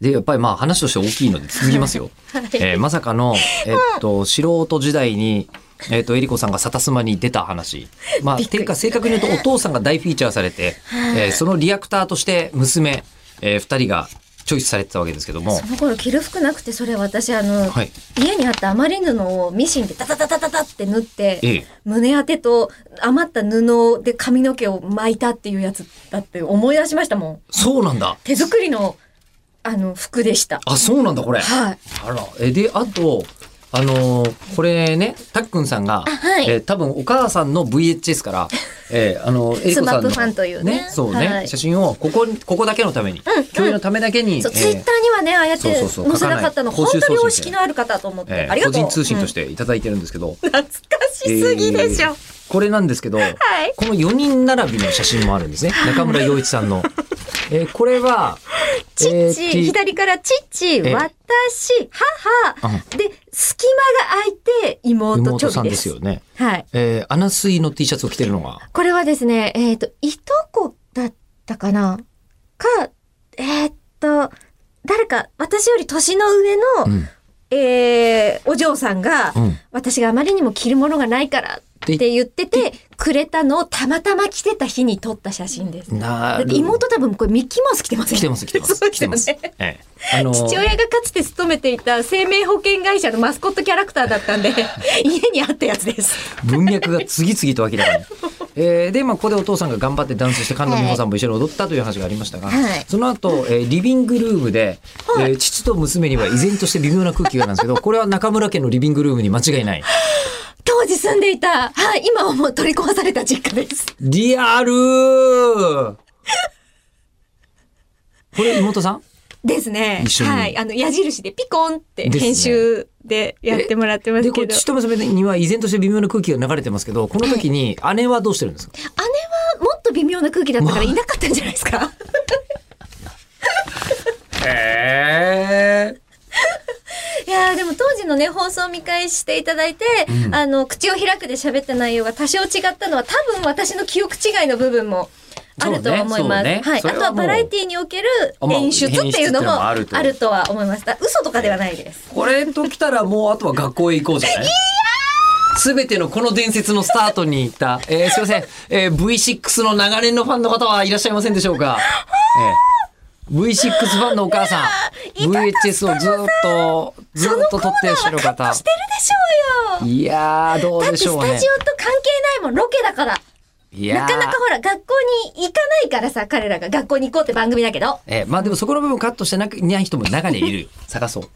で、やっぱりまあ話として大きいので続きますよ。えーまさかの、えっと、素人時代に、えっと、えりこさんがサタスマに出た話。まあ、ていうか正確に言うとお父さんが大フィーチャーされて、えーそのリアクターとして娘、えー二人がチョイスされてたわけですけどもそ、の頃着る服なくてそれ私あの、はい家にあった余り布をミシンでタタタタタタって縫って、ええ胸当てと余った布で髪の毛を巻いたっていうやつだって思い出しましたもんそうなんだ。手作りのあの服でしたあ、そうなんだ、これ。はいあら、え、で、あと、あのーこれね、たっくんさんが、はいえー多分お母さんの VHS から、えーあの、えりこさんの、 スマップファンというねそうね、はい写真を、ここに、ここだけのために、共有のためだけに、そう、えーツイッターにはねああやってそう載そうそうせなかったの書か本ない当に良識のある方と思って、えーありがとう、個人通信としてていただいてるんですけど、うん懐かしすぎでしえょ、ーこれなんですけど、はいこの4人並びの写真もあるんですね。中村洋一さん の。えーこれは、チッチ、えーち左からチッチ、え私、母、で、隙間が空いて妹ち妹ょびです。さんですよね。はい。えー、アナスイの T シャツを着てるのが、これはですね、えっ、と、いとこだったかなか、えっ、と、誰か、私より年の上の、うん、えーお嬢さんが、うん。私があまりにも着るものがないからって言ってて、くれたのをたまたま着てた日に撮った写真です。なだるって妹多分これミッキーマウス着てません 来てます来てま そうすで来すてよます。ねえ。えあの父親がかつて勤めていた生命保険会社のマスコットキャラクターだったん で家にあったやつです。文脈が次々と明らか に。えーで、まあ、ここでお父さんが頑張ってダンスして菅野美穂さんも一緒に踊ったという話がありましたが、はいその後、えーリビングルームで、えー父と娘には依然として微妙な空気がなんですけ どこれは中村家のリビングルームに間違いない。当時住んでいた、はい、今はもう取り壊された実家です。リアルーこれ妹さんですね。一緒にはい、あの矢印でピコンってですね編集でやってもらってますでこけれど、父と娘には依然として微妙な空気が流れてますけどこの時に姉はどうしてるんですかあもっと微妙な空気だったからいなかったんじゃないですか。へえいやーでも当時のね放送を見返していただいて、うんあの口を開くで喋った内容が多少違ったのは多分私の記憶違いの部分もあるとは思います、そうねそうねはい、そあれはとはもうバラエティにおけるあまあ演出っていうの演出っていうのももああるるととは思いました嘘とかではないですこれときたらもうあとは学校へ行こうじゃないすべてのこの伝説のスタートに行った、えーすいません、えー V6 の長年のファンの方はいらっしゃいませんでしょうか、えー V6 ファンのお母さん VHS をずっとずっと撮ってらっしゃる方してるでしょうよいやーどうだっでしてスタジょオうとね関係ないもんロケだからいやなかーなかほら学校に行かないからさ彼らが学校に行こうって番組だけどえーまあでもそこの部分カットしてなくいない人も中にはいるよ探そう